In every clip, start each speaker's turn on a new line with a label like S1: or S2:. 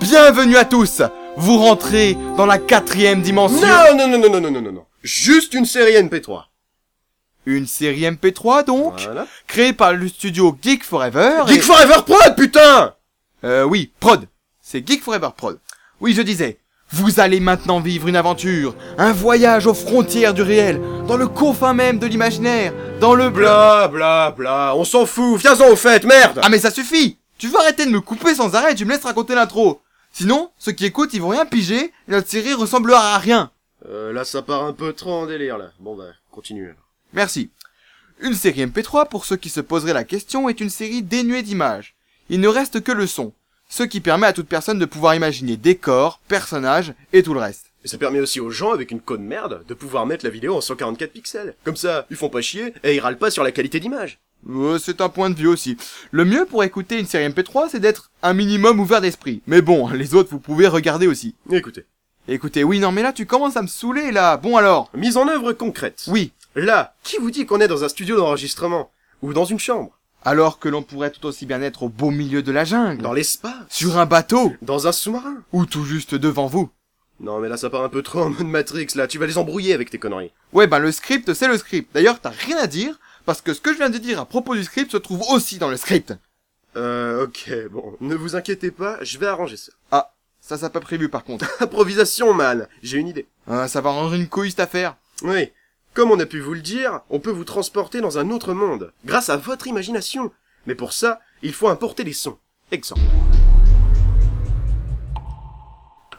S1: Bienvenue à tous Vous rentrez dans la quatrième dimension
S2: Non, non, non, non, non, non, non, non, non. Juste une série NP3.
S1: Une série MP3 donc,
S2: Voilà.
S1: créée par le studio Geek Forever et-
S2: Geek Forever Prod, putain
S1: Euh, oui, prod. C'est Geek Forever Prod. Oui, je disais. Vous allez maintenant vivre une aventure, un voyage aux frontières du réel, dans le confin même de l'imaginaire, dans le blog.
S2: Bla, bla, bla. On s'en fout. Viens-en au fait, merde
S1: Ah mais ça suffit Tu vas arrêter de me couper sans arrêt, tu me laisses raconter l'intro. Sinon, ceux qui écoutent, ils vont rien piger, et notre série ressemblera à rien.
S2: Euh, là, ça part un peu trop en délire, là. Bon, bah, continue.
S1: Merci. Une série MP3, pour ceux qui se poseraient la question, est une série dénuée d'images. Il ne reste que le son, ce qui permet à toute personne de pouvoir imaginer décors, personnages et tout le reste.
S2: Et ça permet aussi aux gens, avec une conne merde, de pouvoir mettre la vidéo en 144 pixels. Comme ça, ils font pas chier, et ils râlent pas sur la qualité d'image.
S1: Euh, c'est un point de vue aussi. Le mieux pour écouter une série MP3, c'est d'être un minimum ouvert d'esprit. Mais bon, les autres, vous pouvez regarder aussi.
S2: Écoutez.
S1: Écoutez, oui, non, mais là, tu commences à me saouler, là. Bon alors.
S2: Mise en œuvre concrète.
S1: Oui.
S2: Là, qui vous dit qu'on est dans un studio d'enregistrement Ou dans une chambre
S1: Alors que l'on pourrait tout aussi bien être au beau milieu de la jungle.
S2: Dans l'espace
S1: Sur un bateau.
S2: Dans un sous-marin
S1: Ou tout juste devant vous.
S2: Non, mais là, ça part un peu trop en mode Matrix, là. Tu vas les embrouiller avec tes conneries.
S1: Ouais, ben le script, c'est le script. D'ailleurs, t'as rien à dire, parce que ce que je viens de dire à propos du script se trouve aussi dans le script.
S2: Euh, ok, bon. Ne vous inquiétez pas, je vais arranger ça.
S1: Ça, ça pas prévu, par contre.
S2: Improvisation, man J'ai une idée.
S1: Euh, ça va ranger une couille, cette affaire.
S2: Oui. Comme on a pu vous le dire, on peut vous transporter dans un autre monde, grâce à votre imagination. Mais pour ça, il faut importer les sons. Exemple.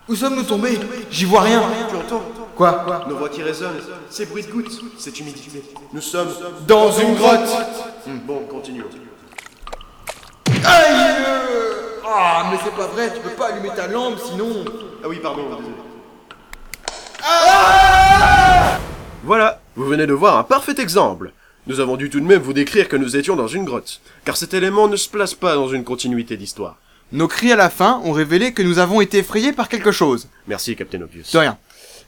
S1: Où sommes-nous tombés J'y vois rien.
S2: Tu entends
S1: Quoi, Quoi
S2: Nos voix qui résonnent, ces bruits de gouttes, cette humidité. Nous sommes...
S1: Dans une grotte
S2: Hmm. Bon, continue.
S1: Aïe euh, Ah, mais c'est pas vrai, tu peux pas allumer ta lampe sinon.
S2: Ah oui, pardon, désolé. Voilà, vous venez de voir un parfait exemple. Nous avons dû tout de même vous décrire que nous étions dans une grotte, car cet élément ne se place pas dans une continuité d'histoire.
S1: Nos cris à la fin ont révélé que nous avons été effrayés par quelque chose.
S2: Merci, Captain Obvious.
S1: De rien.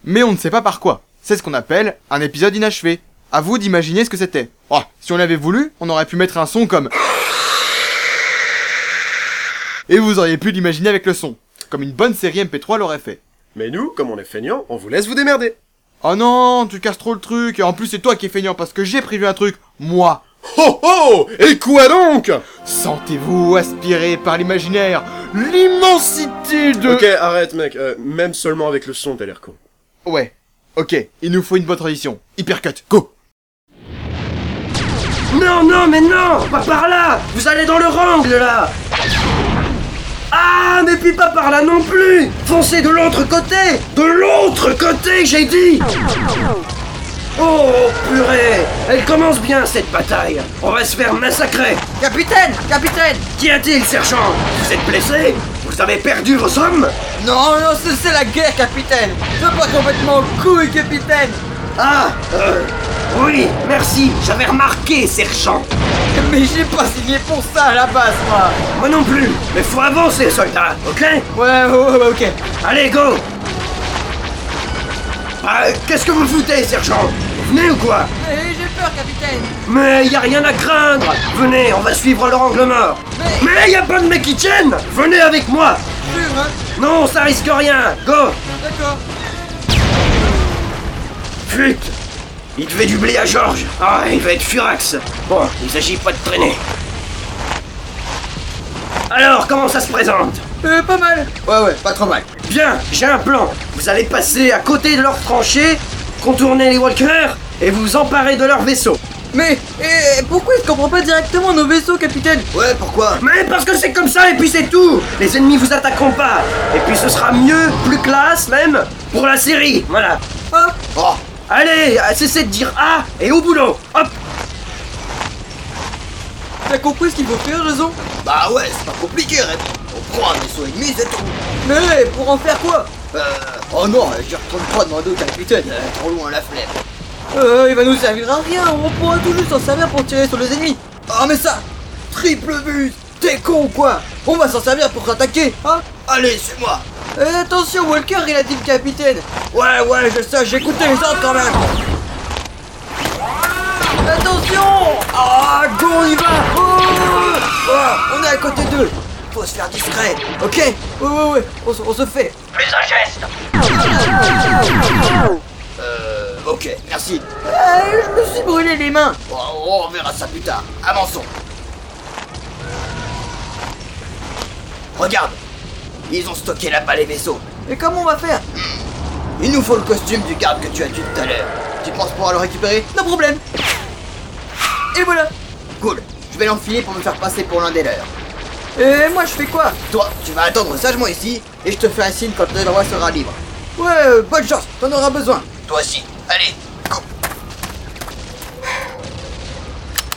S1: Mais on ne sait pas par quoi. C'est ce qu'on appelle un épisode inachevé. À vous d'imaginer ce que c'était. Oh, si on l'avait voulu, on aurait pu mettre un son comme. Et vous auriez pu l'imaginer avec le son, comme une bonne série MP3 l'aurait fait.
S2: Mais nous, comme on est feignants, on vous laisse vous démerder.
S1: Oh non, tu casses trop le truc, et en plus c'est toi qui es feignant parce que j'ai prévu un truc, moi.
S2: Oh oh Et quoi donc
S1: Sentez-vous aspiré par l'imaginaire, l'immensité de...
S2: Ok, arrête mec, Euh, même seulement avec le son, t'as l'air con.
S1: Ouais, ok, il nous faut une bonne tradition. Hypercut, go
S3: Non, non, mais non Pas par là Vous allez dans le rangle, là Ah, mais puis pas par là non plus Foncez de l'autre côté De l'autre côté, j'ai dit Oh, purée Elle commence bien, cette bataille On va se faire massacrer
S4: Capitaine Capitaine
S3: Qu'y a-t-il, sergent Vous êtes blessé Vous avez perdu vos hommes
S4: Non, non, c'est c'est la guerre, capitaine Je pas complètement en couille, capitaine
S3: Ah, euh... Oui, merci, j'avais remarqué, sergent
S4: Mais j'ai pas signé pour ça à la base, moi
S3: Moi non plus Mais faut avancer, soldats, ok
S4: Ouais, ouais, ouais, ok.
S3: Allez, go Ah, Qu'est-ce que vous foutez, sergent Vous Venez ou quoi
S4: Mais Eh, j'ai peur, capitaine
S3: Mais y a rien à craindre Venez, on va suivre leur angle mort
S4: Mais-
S3: Mais y a pas de mec qui tienne Venez avec moi
S4: Sûr, hein
S3: Non, ça risque rien Go
S4: D'accord.
S3: Flûte Il devait du blé à Georges Ah, il va être furax Bon, il s'agit pas de traîner Alors, comment ça se présente
S4: Euh, pas mal Ouais, ouais, pas trop mal.
S3: Bien, j'ai un plan. Vous allez passer à côté de leur tranchée, contourner les walkers et vous emparer de leur vaisseau.
S4: Mais, et pourquoi il se comprend pas directement nos vaisseaux, capitaine Ouais, pourquoi
S3: Mais parce que c'est comme ça et puis c'est tout Les ennemis vous attaqueront pas Et puis ce sera mieux, plus classe même, pour la série, voilà
S4: Hop
S3: Allez, cessez de dire ah et au boulot Hop
S4: T'as compris ce qu'il faut faire, raison
S5: Bah ouais, c'est pas compliqué, Red. On prend un vaisseau ennemi, c'est tout.
S4: Mais, pour en faire quoi
S5: Euh, oh non, euh, je retourne pas demander au capitaine, euh, trop loin la flemme.
S4: Euh, il va nous servir à rien, on pourra tout juste s'en servir pour tirer sur les ennemis. Ah mais ça, triple but, t'es con ou quoi On va s'en servir pour s'attaquer, hein
S5: Allez, c'est moi
S4: Et attention, Walker, il a dit le capitaine. Ouais, ouais, je sais, j'ai écouté les ordres quand même. Attention Ah, go, on y va Oh Ah, On est oh, à côté d'eux. faut se faire discret, ok Ouais, ouais, ouais, on, se- on se fait
S3: Plus un geste
S5: Euh, ok, merci.
S4: Ah, Je me suis brûlé les mains
S5: On, on verra ça plus tard. Avançons. Regarde. Ils ont stocké là-bas les vaisseaux.
S4: Et comment on va faire
S5: Il nous faut le costume du garde que tu as tué tout à l'heure. Tu penses pouvoir le récupérer
S4: Nos problèmes Et voilà
S5: Cool. Je vais l'enfiler pour me faire passer pour l'un des leurs.
S4: Et moi je fais quoi
S5: Toi, tu vas attendre sagement ici et je te fais un signe quand le roi sera libre.
S4: Ouais, euh, bonne chance, t'en auras besoin
S5: Toi aussi. Allez, go.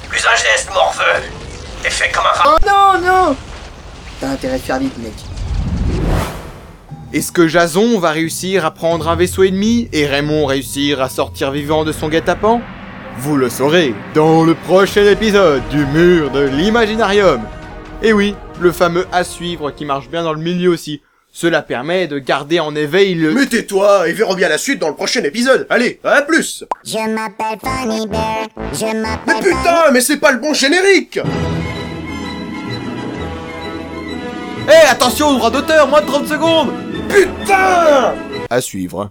S3: Plus un geste, morveux T'es fait comme un rat
S4: Oh non, non
S5: T'as intérêt à faire vite, mec.
S1: Est-ce que Jason va réussir à prendre un vaisseau ennemi et Raymond réussir à sortir vivant de son guet-apens Vous le saurez dans le prochain épisode du mur de l'imaginarium. Et oui, le fameux à suivre qui marche bien dans le milieu aussi. Cela permet de garder en éveil le...
S2: Mais tais-toi et verrons bien la suite dans le prochain épisode. Allez, à plus
S6: Je m'appelle Funny Bear, je m'appelle
S2: Mais putain, mais c'est pas le bon générique
S1: Eh, attention au droit d'auteur, moins de 30 secondes
S2: Putain
S1: À suivre.